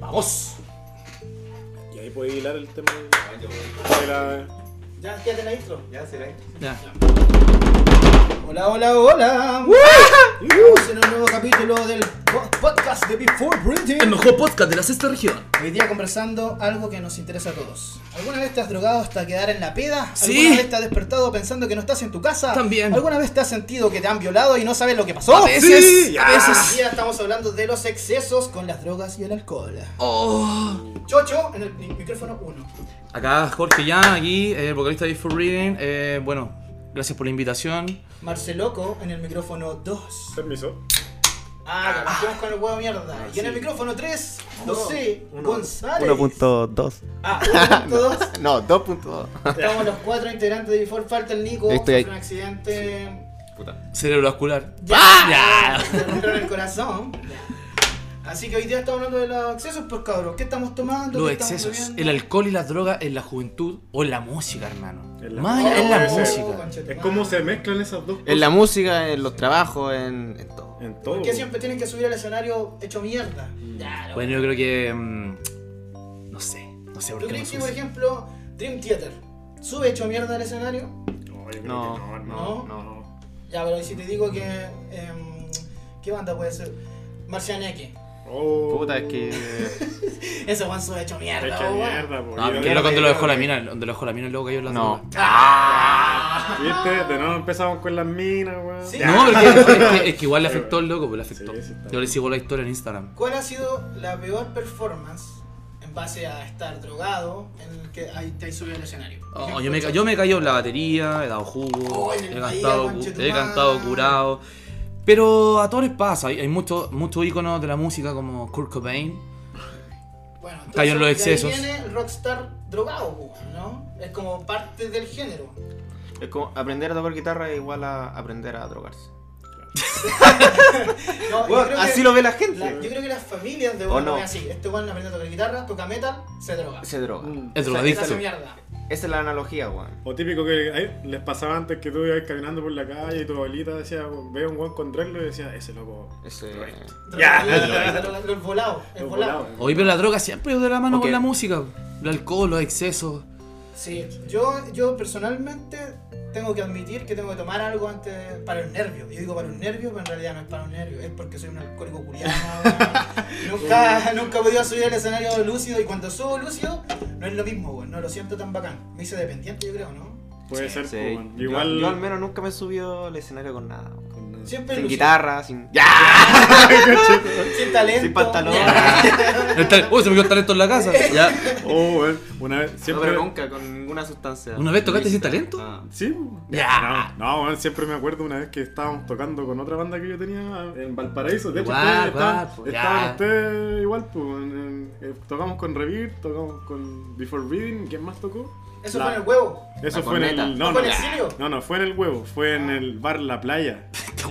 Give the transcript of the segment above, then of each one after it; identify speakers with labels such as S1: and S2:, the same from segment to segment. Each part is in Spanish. S1: ¡Vamos!
S2: Y ahí puede hilar el tema de la.
S3: Ah, Ya, quédate en la intro.
S4: Ya será.
S1: Ya.
S3: Hola, hola, hola. Estamos en un nuevo capítulo del po- podcast de Before
S1: El
S3: Printing.
S1: mejor podcast de la sexta región.
S3: Hoy día conversando algo que nos interesa a todos. ¿Alguna vez te has drogado hasta quedar en la peda?
S1: Sí.
S3: ¿Alguna vez te has despertado pensando que no estás en tu casa?
S1: También.
S3: ¿Alguna vez te has sentido que te han violado y no sabes lo que pasó?
S1: A
S3: Hoy
S1: veces,
S2: sí, ya.
S1: a veces.
S3: día estamos hablando de los excesos con las drogas y el alcohol.
S1: Oh.
S3: Chocho en el mi- micrófono 1.
S1: Acá Jorge Jan, aquí, eh, el vocalista de For Reading. Eh, bueno, gracias por la invitación.
S3: Marceloco en el micrófono 2.
S2: Permiso.
S3: Ah, ah, con el huevo mierda. y en el micrófono 3, José González.
S4: 1.2.
S3: Ah, 1.2.
S4: No, 2.2.
S3: Estamos los cuatro integrantes de Before. Falta el Nico.
S4: Ahí estoy, ahí.
S3: sufrió un accidente.
S4: Puta.
S1: Cerebrovascular. Ah,
S3: ¡Ya! Le rompieron el corazón. Así que hoy día estamos hablando de los excesos, pues cabros. ¿Qué estamos tomando?
S1: Los
S3: ¿Qué estamos
S1: excesos, el
S3: bebiendo?
S1: alcohol y las drogas en la juventud o en la música, hermano.
S2: En la
S1: Más
S2: música. Oh,
S1: en la
S3: Oh,
S2: Puede ser.
S1: música.
S2: Es como se mezclan esas dos cosas.
S4: En la música, en los trabajos, en, en todo.
S2: En todo.
S3: ¿Por qué siempre tienen que subir al escenario hecho mierda? Ya,
S1: Bueno, yo creo que. mm, no sé, no sé
S3: ¿Tú
S1: por qué. no
S3: crees que,
S1: sé.
S3: por ejemplo, Dream Theater sube hecho mierda al escenario?
S2: No, yo creo que
S4: No.
S2: no,
S3: No.
S2: hermano. No.
S3: Ya, pero ¿y si te digo que. em, ¿Qué banda puede ser? Marcianeque.
S2: Oh.
S4: Puta, es que. eh,
S3: Ese Juan sube hecho mierda.
S2: Qué
S3: oh, weón.
S2: mierda, po.
S1: No,
S2: Yo-
S1: porque lo cuando lo dejó la mina, donde lo dejó la mina, luego cayó en la
S4: No.
S1: droga.
S3: Ah.
S2: ¿Viste? De nuevo empezamos con las minas, weón.
S3: Sí.
S1: No, porque es que, es que igual le afectó el loco, pues le afectó.
S2: Sí, sí, está
S1: Yo le sigo la historia en Instagram.
S3: ¿Cuál ha sido la peor performance en base a estar drogado en el que ahí te has subido al escenario?
S1: Oh, yo, me, ca- yo me he caído en la batería, he dado jugo,
S3: Oh, en el
S1: he,
S3: día,
S1: cantado, cu-
S3: conchetumare.
S1: he cantado curado. Pero a todos les pasa, hay, hay muchos muchos íconos de la música como Kurt Cobain.
S3: Bueno, entonces,
S1: cayó en los
S3: de ahí
S1: excesos.
S3: viene el rockstar drogado, weón, ¿no? Es como parte del género.
S4: Es como aprender a tocar guitarra es igual a aprender a drogarse.
S3: No, yo, creo
S4: así
S3: que,
S4: lo ve la
S3: la-
S4: gente.
S3: yo creo que las familias de
S4: ¿O
S3: uno
S4: no?
S3: es así. Este weón aprende a tocar guitarra, toca metal, se droga.
S4: Se droga.
S2: Mm.
S1: Es
S3: Se hace
S1: drogadicto.
S3: mierda.
S4: Esa es la analogía, weón.
S2: O típico que ay, les pasaba antes que tú ibas caminando por la calle y tu abuelita decía, veo un weón con dreadlock y decía, ese loco.
S4: Ese.
S2: Drogadicto.
S3: Droga- droga- Los volados, el
S2: Los
S3: volado.
S2: volados.
S1: Oye, pero la droga siempre va de la mano
S4: Ok.
S1: con la música. El alcohol, los excesos.
S3: Sí, yo, yo personalmente tengo que admitir que tengo que tomar algo antes para el nervio. Yo digo para un nervio, pero en realidad no es para un nervio, es porque soy un alcohólico culiado. nunca, nunca he podido subir al escenario lúcido y cuando subo lúcido no es lo mismo, güey. No lo siento tan bacán. Me hice dependiente, yo creo, ¿no?
S2: Puede ser,
S4: Sí.
S2: po, weón.
S4: Yo-
S2: Igual.
S4: Yo, al menos nunca me subió al escenario con nada. weón.
S2: con-
S3: Siempre
S4: Sin
S3: lúcido,
S4: guitarra, sin. ¡Ya!
S3: sin talento.
S4: Sin pantalón.
S1: El tal- Uy, se me quedó el talento en la casa. Ya.
S2: Oh, weón. Una vez, siempre.
S4: No, pero nunca, con ninguna sustancia.
S1: ¿Una vez tocaste sin
S4: Ilícita.
S1: talento?
S4: Ah.
S2: Sí, po.
S1: Ya.
S2: No, no, weón, siempre me acuerdo una vez que estábamos tocando con otra banda que yo tenía en Valparaíso. De hecho,
S1: Guau,
S2: ustedes
S1: guau,
S2: estaban,
S1: pues, ya.
S2: estaban ustedes igual, pues. en- en- eh, tocamos con Revir, tocamos con Before Reading. ¿Quién más tocó?
S3: Eso
S2: La-
S3: fue en el huevo.
S2: Eso
S4: La
S2: fue en el.
S4: corneta.
S2: No,
S3: ¿No
S2: no,
S3: fue en el Ah. Silio?
S2: no, no, fue en el huevo, fue en el bar La Playa.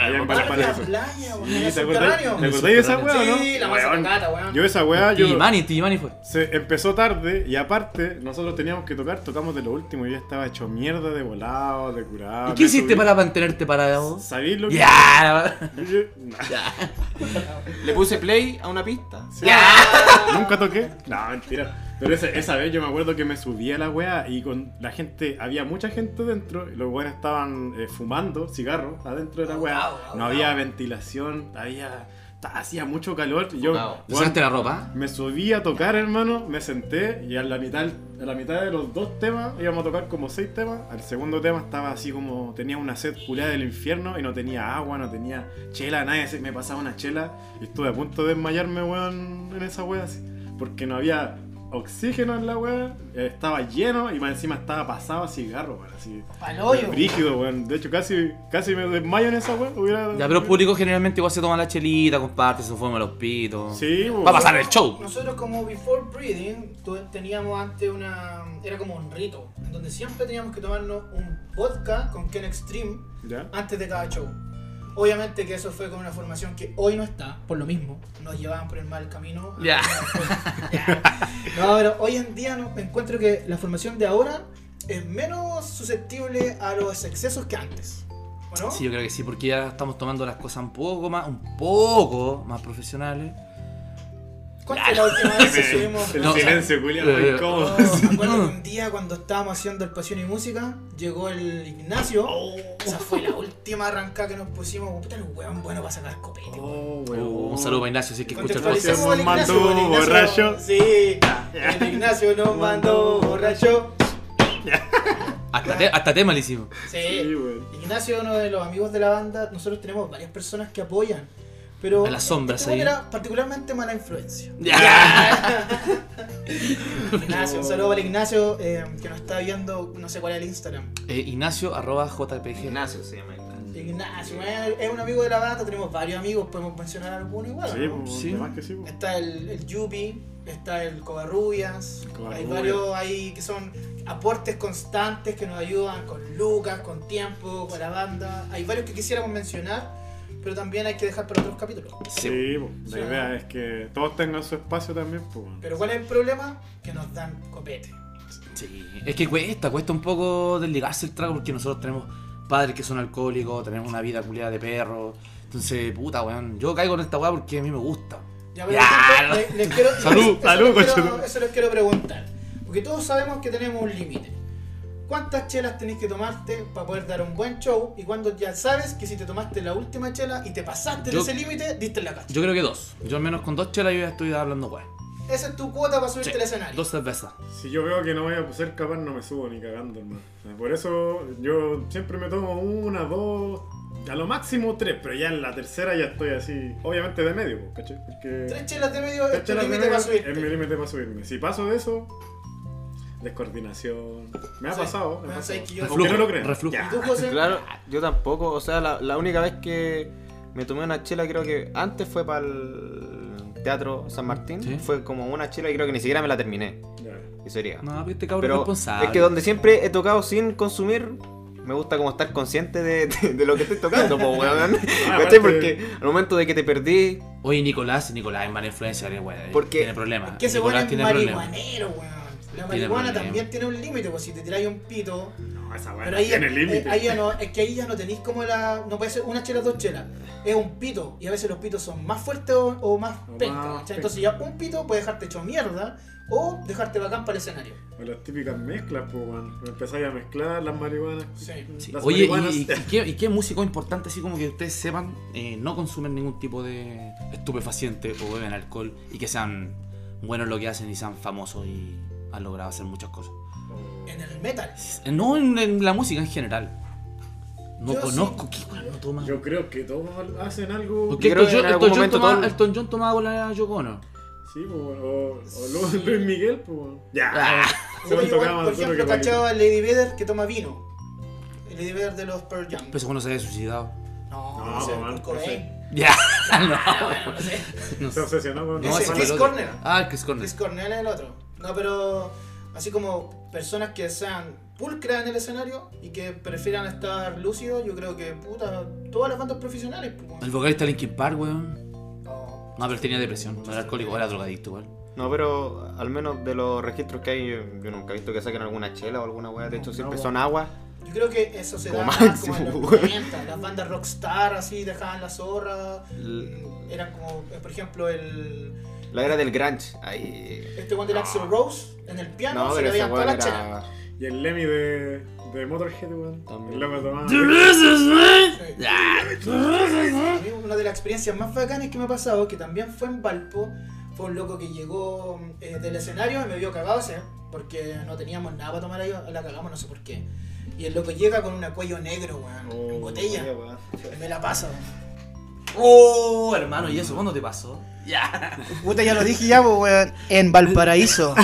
S2: allá en
S3: Para la
S2: Valparaíso.
S3: playa, güey, en
S2: Sí,
S3: el
S2: ¿Te acordáis te
S3: subterráneo.
S2: acordáis de esa weá, no?
S3: Sí, la más
S2: Weón,
S3: sacata, weón.
S2: Yo esa weá, yo.
S1: Timani, Timani fue.
S2: Se empezó tarde y aparte nosotros teníamos que tocar, tocamos de lo último y yo estaba hecho mierda de volado, de curado.
S1: ¿Y qué hiciste para mantenerte parado?
S2: ¿Sabéis lo que?
S1: Ya.
S2: Yo- yo- no,
S4: Le puse play a una pista.
S2: sí. Nunca toqué. No, mentira. Pero ese- esa vez yo me acuerdo que me subí a la weá y con la gente, había mucha gente dentro, y los weones estaban eh, fumando cigarros adentro de la
S3: Ahogado,
S2: weá. No
S3: ahogado.
S2: había ventilación, había. Hacía mucho calor y yo.
S4: Ahogado.
S1: ¿Te
S2: weón,
S1: sacaste la ropa?
S2: Me subí a tocar, hermano, me senté y a la mitad, a la mitad de los dos temas íbamos a tocar como seis temas. Al segundo tema estaba así como tenía una sed culiada del infierno y no tenía agua, no tenía chela, nadie se- me pasaba una chela y estuve a punto de desmayarme, weón, en esa wea así, porque no había oxígeno en la wea, eh, estaba lleno y más encima estaba pasado a cigarro, weón, así.
S3: Pa'l hoyo, güey.
S2: Rígido, weón. De hecho, casi, casi me desmayo en esa wea. Hubiera...
S1: Ya, pero el público generalmente igual se toma la chelita, comparte, se fuma los pitos.
S2: Sí, weón.
S1: Va a pasar el show.
S3: Nosotros como Before Breeding tu- teníamos antes una... Era como un rito, en donde siempre teníamos que tomarnos un vodka con Ken Extreme
S2: Ya.
S3: antes de cada show. Obviamente que eso fue con una formación que hoy no está, por lo mismo. Nos llevaban por el mal camino.
S1: Ya.
S3: No, pero hoy en día no, me encuentro que la formación de ahora es menos susceptible a los excesos que antes. ¿O no?
S1: Sí, yo creo que sí, porque ya estamos tomando las cosas un poco más, un poco más profesionales.
S3: ¿Cuánto es la última vez que
S2: Sí.
S3: subimos?
S2: El
S1: No, o sea,
S2: silencio, Julián,
S1: eh,
S2: muy
S3: Oh,
S2: incómodo.
S3: me acuerdo que un día cuando estábamos haciendo el Pasión y Música, llegó el Ignacio.
S2: Oh,
S3: Esa fue la última arrancada que nos pusimos. Puta, el weón bueno para sacar copete.
S2: oh,
S1: Oh,
S2: weón.
S1: un saludo para Ignacio, si es que escucha el
S2: Contextualiza-
S1: podcast.
S3: Contextualicemos al Ignacio,
S2: Mandó
S3: el Ignacio-
S2: borracho.
S3: Sí, el Ignacio nos mandó borracho.
S1: Hasta, te- hasta tema le hicimos.
S2: Sí,
S3: Sí.
S2: weón.
S3: Ignacio es uno de los amigos de la banda. Nosotros tenemos varias personas que apoyan. Pero
S1: A las sombras
S3: este weón
S1: ahí.
S3: era particularmente mala influencia.
S1: Ya.
S3: Ignacio, un saludo para el Ignacio eh, que nos está viendo, no sé cuál es el Instagram.
S1: Eh, Ignacio arroba JPG.
S4: Ignacio se llama Ignacio.
S2: Mm,
S3: Ignacio, eh, es un amigo de la banda, tenemos varios amigos, podemos mencionar alguno igual.
S2: Sí,
S3: ¿no?
S2: pues,
S1: Sí.
S2: de más que sí, pues.
S3: Está el, el Yupi, está el Covarrubias, hay
S2: Covarrubias.
S3: varios ahí que son aportes constantes que nos ayudan con Lucas, con tiempo, con la banda. Hay varios que quisiéramos mencionar, pero también hay que dejar para otros capítulos.
S1: Sí.
S2: Sí, pues. La
S3: Sí. Eh.
S2: idea es que todos tengan su espacio también, pues. weón.
S3: Pero ¿cuál es el problema? Que nos dan copete.
S1: sí. Es que cuesta, cuesta un poco desligarse el trago porque nosotros tenemos padres que son alcohólicos, tenemos una vida culiada de perro. Entonces, puta, weón. Yo caigo en esta weá porque a mí me gusta.
S3: Ya, pero
S1: Ya,
S3: les- les- les quiero-
S1: Salud,
S3: eso- eso
S2: salud,
S3: les quiero-
S2: conchetumare.
S3: Eso les quiero preguntar. Porque todos sabemos que tenemos un límite. ¿Cuántas chelas tenés que tomarte para poder dar un buen show? Y cuando ya sabes que si te tomaste la última chela y te pasaste
S1: Yo-
S3: de ese límite, diste en la cacha.
S1: Yo creo que dos. Yo al menos con dos chelas yo ya estoy hablando weá.
S3: Esa es tu cuota para subirte
S1: Sí,
S3: al escenario.
S1: Dos cervezas.
S2: Si yo veo que no voy a ser capaz, no me subo ni cagando, hermano. Por eso yo siempre me tomo una, dos, a lo máximo tres, pero ya en la tercera ya estoy así, obviamente de medio, pues, ¿cachai? Porque
S3: Tres chelas de medio es tu
S2: chelas de
S3: límite
S2: medio
S3: para
S2: es mi
S3: subirte.
S2: límite para subirme. Si paso de eso, descoordinación. Me ha
S3: Sí.
S2: pasado. me ha
S3: Bueno,
S2: pasado.
S3: sabes que yo-
S2: Aunque no lo crean.
S1: Reflujo.
S2: Ya.
S3: ¿Y tú, José?
S4: Claro, yo tampoco. O sea, la, la única vez que me tomé una chela, creo que antes fue para el Teatro San Martín.
S1: Sí.
S4: Fue como una chela y creo que ni siquiera me la terminé.
S2: Ya.
S4: Y sería.
S1: No, porque este cabrón es
S4: Pero
S1: responsable.
S4: es que donde siempre he tocado sin consumir, me gusta como estar consciente de, de- de lo que estoy tocando, po, weón. ¿Cachai?
S2: aparte-
S4: Porque al momento de que te perdí,
S1: Oye, Nicolás, Nicolás es mala influencia, eh, weón.
S4: Porque-
S1: Tiene problemas.
S3: Que se
S1: Nicolás
S3: vuelve marihuanero, weón. La marihuana
S1: problema.
S3: también tiene un límite, pues si te tiráis un pito,
S2: No, esa weá
S3: Pero
S2: no
S3: ahí,
S2: tiene
S3: eh,
S2: límite.
S3: ahí ya no, es que ahí ya no tenéis como la. No puede ser una chela, dos chelas. Es un pito. Y a veces los pitos son más fuertes o, o más
S2: O
S3: pencas.
S2: más
S3: ¿cachai? Entonces ya un pito puede dejarte hecho mierda o dejarte bacán para el escenario.
S2: O las típicas mezclas, pues, weón. Empezáis a mezclar las marihuanas.
S3: Sí.
S1: Sí.
S2: Las
S1: Oye,
S2: marihuanas. eh,
S1: ¿y, y- y qué, y qué músico importante, así como que ustedes sepan, eh, no consumen ningún tipo de estupefaciente o beben alcohol y que sean buenos en lo que hacen y sean famosos y han logrado hacer muchas cosas?
S3: En el metal.
S1: Eh, No en, en la música en general. No
S3: Yo
S1: conozco qué weón no toma.
S2: Yo creo que todos hacen algo.
S1: Porque
S4: Yo creo
S1: Elton
S4: que en
S1: John,
S4: algún
S1: Elton John
S4: momento
S1: tomaba,
S4: todo el-
S1: Elton John tomaba con la Yoko Ono.
S2: Sí, pues, bueno, o, o Lu- Luis Miguel, pues. bueno. Ya.
S4: Ah.
S2: Se
S3: Uno igual,
S2: me tocaba
S3: por
S2: más duro
S3: ejemplo,
S2: que cualquier-
S3: cachaba a Lady Vedder que toma vino. El Lady Vedder de los Pearl Jam.
S1: Pero ese weón se había suicidado.
S3: no,
S2: No,
S3: no, sé,
S2: man,
S3: Kurt Cobain.
S1: Ya, no.
S3: Bueno, no sé.
S1: no
S2: Se
S1: sé.
S2: obsesionó con
S1: No,
S3: Ese
S1: ese
S2: con
S1: fue
S3: Chris
S1: el
S2: el-
S1: otro.
S3: Cornell.
S1: Ah, Chris Cornell.
S3: Chris Cornell es el otro. No, pero así como personas que sean pulcras en el escenario y que prefieran estar lúcidos, yo creo que puta, todas las bandas profesionales. pues,
S1: El
S3: bueno.
S1: vocalista Linkin Park, weón.
S3: No,
S1: No, pero él tenía depresión. No era alcohólico, era drogadicto, weón.
S4: no, pero al menos de los registros que hay, yo, yo nunca he visto que saquen alguna chela o alguna weá. De hecho,
S2: No,
S4: siempre
S2: agua.
S4: son agua.
S3: Yo creo que eso se
S4: Como
S3: da más como en los
S4: máximo,
S3: 90, las bandas rockstar así dejaban la zorra.
S4: L-
S3: Eran como, eh, por ejemplo, el.
S4: La era del grunge. Ahí.
S3: Este one del Axel Rose en el piano
S4: No,
S3: se
S4: pero
S3: le veían
S4: esa
S3: todas
S4: weá
S3: las chelas.
S4: era.
S2: Y el Lemmy de, de Motorhead, weón.
S4: También.
S2: El loco tomaba.
S3: Sí.
S1: Ya.
S3: A mí una de las experiencias más bacanas que me ha pasado, que también fue en Valpo, fue un loco que llegó eh, del escenario y me vio cagado, o sea, porque no teníamos nada para tomar ahí, la cagamos, no sé por qué. Y el loco llega con un cuello negro, weón,
S2: Oh,
S3: en botella,
S2: ya, weón.
S3: me la pasa,
S1: Oh, hermano, ¿y eso cuándo te pasó? Ya.
S3: Puta, ya lo dije ya, pues, weón, en Valparaíso.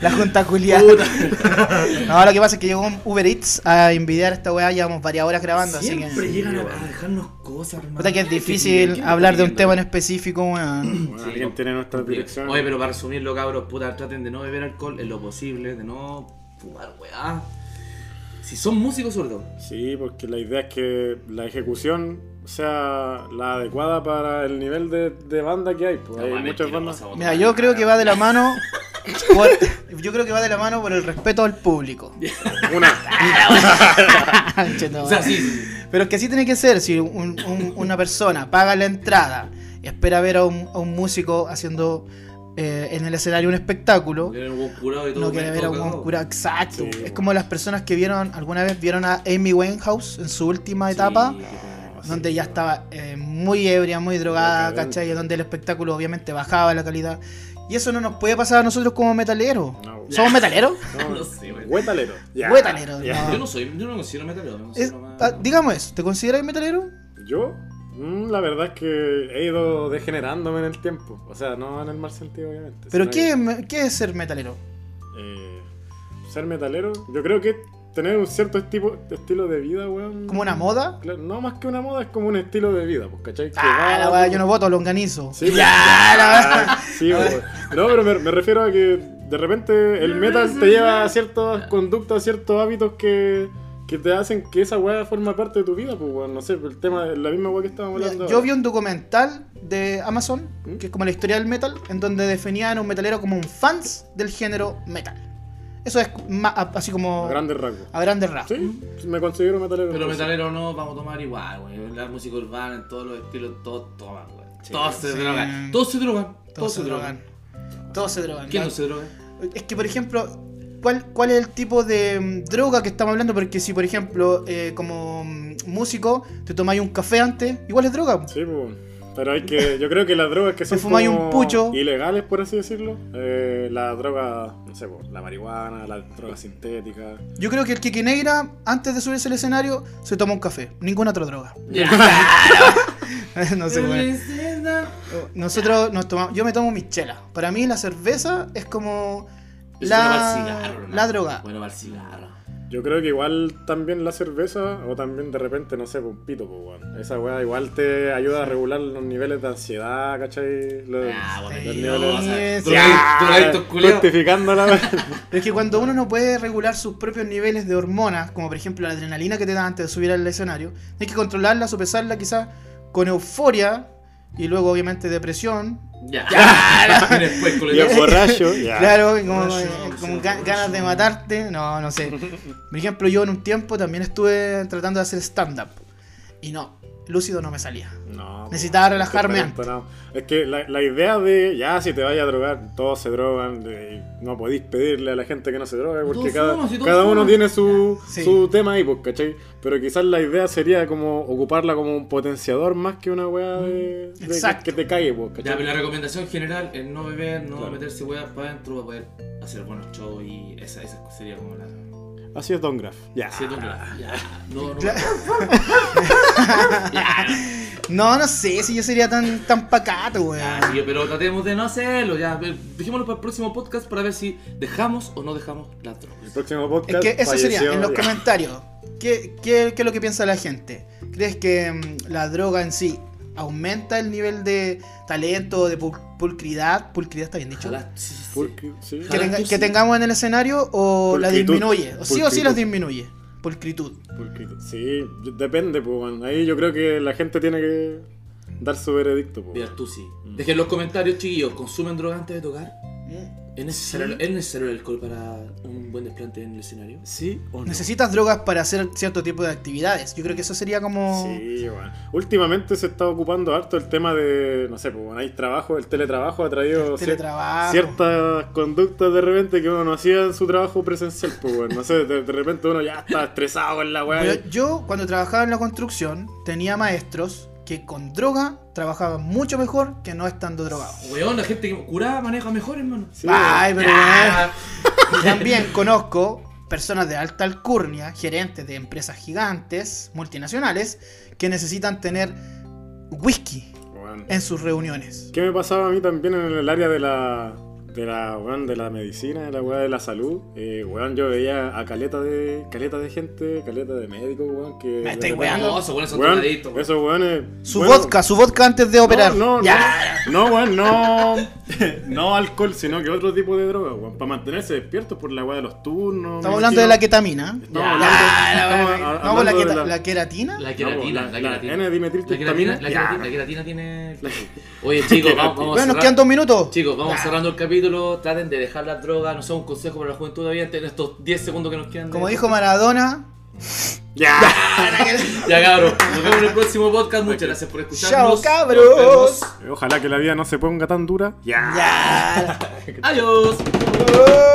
S3: la junta culiada. No, lo que pasa es que llegó un Uber Eats a envidiar esta weá, llevamos varias horas grabando,
S1: Siempre llegan a, a dejarnos cosas, hermano.
S3: Puta que es
S1: Qué
S3: difícil
S1: genial, qué
S3: hablar de un
S1: tremendo.
S3: tema en específico, weón.
S2: Bueno,
S1: Sí,
S2: alguien
S1: no.
S2: tiene nuestra dirección.
S1: Oye, pero para resumirlo, cabros, puta, traten de no beber alcohol en lo posible, de no fumar, weá. Si son músicos, sobre todo.
S2: Sí, porque la idea es que la ejecución sea la adecuada para el nivel de, de banda que hay. Pues hay muchas bandas.
S3: Mira, yo creo que va de la mano. por- yo creo que va de la mano por el respeto al público.
S2: Una.
S3: Cheto,
S1: O sea,
S3: weón. eh.
S1: sí, sí, sí.
S3: Pero es que así tiene que ser, si un- un- una persona paga la entrada espera ver a un, a un músico haciendo eh, en el escenario un espectáculo.
S1: Era un buen curado y todo
S3: No quiere ver a un
S1: cagado.
S3: curado. Exacto.
S2: Sí,
S3: es
S2: bueno.
S3: como las personas que vieron, alguna vez vieron a Amy Winehouse en su última
S1: Sí,
S3: etapa,
S1: que como-
S2: Ah, sí,
S3: donde ya
S2: bueno.
S3: estaba eh, muy ebria, muy drogada,
S2: Decadente.
S3: ¿cachai? Donde el espectáculo obviamente bajaba la calidad. Y eso no nos puede pasar a nosotros como metaleros.
S2: No,
S3: ¿Somos metaleros?
S2: no,
S1: No sé, güey.
S2: Huetalero. Ya.
S3: Huetalero,
S2: Ya.
S1: Yo no soy, yo no me considero metalero. me
S3: Es-
S1: considero más-
S3: ah, digamos eso, ¿te consideras metalero?
S2: Yo, mm, la verdad es que he ido degenerándome en el tiempo. O sea, no en el mal sentido, obviamente.
S3: ¿Pero
S2: sino
S3: qué,
S2: que,
S3: es me- qué es ser metalero?
S2: eh, ser metalero, yo creo que tener un cierto tipo, estilo de vida, weón.
S3: ¿Como una moda?
S2: Claro, No más que una moda, es como un estilo de vida, pues, ¿cachai? Que
S3: Ah,
S2: va-
S3: la weá, yo no voto, lo organizo.
S2: Sí, pues, sí, pues. No, pero me, me refiero a que de repente el metal te lleva a ciertas conductas, ciertos hábitos que, que te hacen que esa weá forma parte de tu vida, pues, weón. No sé, el tema, la misma weá que estábamos hablando.
S3: Yo
S2: ahora.
S3: vi un documental de Amazon,
S2: ¿Mm?
S3: que es como la historia del metal, en donde definían a un metalero como un fans del género metal. Eso es ma- a- así como
S2: A grandes rasgos.
S3: a grandes rasgos.
S2: Sí, pues, me considero metalero.
S1: Pero
S2: entonces.
S1: metalero no, vamos a tomar igual, güey. La música urbana, en todos los estilos, todos toman, güey. todos se
S3: sí.
S1: drogan. Todos se drogan. Todos, se drogan.
S3: Todos se drogan.
S1: ¿Quién
S3: ¿no?
S1: no se droga?
S3: Es que, por ejemplo, ¿cuál, ¿cuál es el tipo de mm, droga que estamos hablando? Porque si, por ejemplo, eh, como mm, músico te tomáis un café antes, igual es droga.
S2: Sí, pues. Pero hay que, yo creo que las drogas que son
S3: fumáis un
S2: como
S3: pucho.
S2: ilegales, por así decirlo, eh, la droga, no sé, pues, la marihuana, la droga sintética.
S3: Yo creo que el Kiki Negra, antes de subirse al escenario, se toma un café. Ninguna otra droga. no sé, bueno. Nosotros nos tomamos. Yo me tomo mis chelas. Para mí la cerveza es como.
S1: Es
S3: La-
S1: bueno para el cigarro, hermano.
S3: la droga.
S1: Bueno, para el cigarro.
S2: Yo creo que igual también la cerveza, o también de repente, no sé, pues, un pito, pues, weón. Esa weá igual te ayuda a regular los niveles de ansiedad, ¿cachai? Los,
S1: Ah, bueno,
S2: los
S1: sí,
S2: niveles
S1: o sea,
S3: sí.
S1: drogadictos- drogadictos culiados.
S2: Justificando la
S3: Pero es que cuando uno no puede regular sus propios niveles de hormonas, como por ejemplo la adrenalina que te da antes de subir al escenario, hay que controlarla, sopesarla quizás con euforia y luego obviamente depresión.
S1: Ya. Y después, culo,
S2: Ya,
S1: ya.
S2: borracho, ya.
S3: Claro, y como,
S1: Borracho,
S3: eh,
S1: borracho,
S3: como ga-
S1: borracho.
S3: ganas de matarte, no, no sé. Por ejemplo, yo en un tiempo también estuve tratando de hacer stand-up y no, lúcido no me salía.
S2: No,
S3: Necesitaba
S2: pues,
S3: relajarme
S2: estoy entonado. Es que la, la idea de ya si te vayas a drogar, todos se drogan, de- no podéis pedirle a la gente que no se drogue, porque
S1: Todos
S2: cada,
S1: fuman, si todos
S2: cada uno
S1: fuman.
S2: tiene su,
S3: Sí.
S2: su tema ahí, pues, ¿cachai? Pero quizás la idea sería como ocuparla como un potenciador más que una weá de, de-
S3: Exacto.
S2: que te cague, pues, ¿cachai?
S1: Ya, pero la recomendación general es no beber, no
S2: Claro.
S1: meterse huevas para adentro para poder hacer buenos shows y esa, esa sería como la.
S2: Así es Don Graf. Ya.
S1: Siento que la- ya. No, no.
S3: Claro.
S1: Ya, no.
S3: No, no sé si yo sería tan, tan pacato,
S1: Ya,
S3: weón.
S1: sí, pero tratemos de no hacerlo. Ya, Ve- dejémoslo para el próximo podcast para ver si dejamos o no dejamos las
S2: El
S1: drogas.
S2: próximo podcast.
S3: Es que eso sería,
S2: falleció,
S3: en los
S2: ya.
S3: comentarios. ¿Qué, qué, qué es lo que piensa la gente? ¿Crees que mm, la droga en sí aumenta el nivel de talento, de pul- pulcridad? ¿Pulcridad está bien dicho?
S1: Ojalá- sí, sí, sí.
S2: Porque- sí.
S3: Que, tenga-
S1: Ojalá tú
S3: que
S1: sí.
S3: tengamos en el escenario o la
S2: Pulcritud.
S3: disminuye. O sí o sí
S2: Pulcritud.
S3: las disminuye. Pulcritud.
S2: Pulcrito. ah, Sí, depende, pues, bueno. Ahí yo creo que la gente tiene que dar su veredicto, pues.
S1: Mira, tú sí. Dejen los comentarios, chiquillos. ¿Consumen droga antes de tocar? ¿Es necesario, ¿Es necesario el alcohol para un buen desplante en el escenario?
S2: ¿Sí o no?
S3: Necesitas drogas para hacer cierto tipo de actividades. Yo creo que eso sería como...
S2: Sí,
S3: Oh.
S2: bueno. Últimamente se está ocupando harto el tema de, no sé, pues bueno, hay trabajo, el teletrabajo ha traído cier-
S3: teletrabajo.
S2: ciertas conductas de repente que uno no hacía en su trabajo presencial, pues bueno, no sé, de, de repente uno ya está estresado con la weá.
S3: Pero yo cuando trabajaba en la construcción tenía maestros que con droga trabajaban mucho mejor que no estando drogados.
S1: Weón, la gente que curada maneja mejor, hermano.
S2: Sí,
S3: Ay, pero
S1: Ya.
S3: bueno. también conozco personas de alta alcurnia, gerentes de empresas gigantes, multinacionales, que necesitan tener whisky
S2: bueno.
S3: en sus reuniones.
S2: ¿Qué me pasaba a mí también en el área de la. De la, weón, de la medicina, de la weá de la salud, eh, weón, yo veía a caleta de caleta de gente, caleta de médicos, weón, que...
S3: Me
S2: de
S3: estáis
S2: repente-
S1: No, esos weones son
S2: Weón,
S1: drogadictos, weón.
S2: esos weones...
S3: Su
S2: bueno,
S3: vodka, su vodka antes de operar.
S2: No, no,
S3: Ya.
S2: no, no, weón, no, no alcohol, sino que otro tipo de droga, weón, para mantenerse despiertos por la weá de los turnos.
S3: Estamos hablando de la ketamina.
S2: Estamos
S1: Ya,
S2: hablando, estamos
S3: No,
S2: hablando
S3: la,
S2: de
S3: queta- la queratina.
S1: La
S2: No,
S1: queratina,
S2: la-
S1: la
S2: la
S1: queratina. La
S2: N-dimetiltryptamina.
S1: queratina, la
S2: Ya.
S1: queratina, la queratina tiene. Oye, chicos, vamos, vamos a
S3: Bueno, nos
S1: cerrar.
S3: quedan dos minutos.
S1: Chicos, vamos cerrando el capítulo. Traten de dejar las drogas. No sea un consejo para la juventud todavía en estos 10 segundos que nos quedan. de-
S3: Como dijo Maradona,
S2: Ya.
S1: Ya, cabrón. Nos vemos en el próximo podcast. Muchas gracias por escucharnos.
S4: Chao, cabros.
S1: Nos vemos.
S2: Ojalá que la vida no se ponga tan dura.
S4: Ya.
S1: Adiós.
S4: ¡Oh!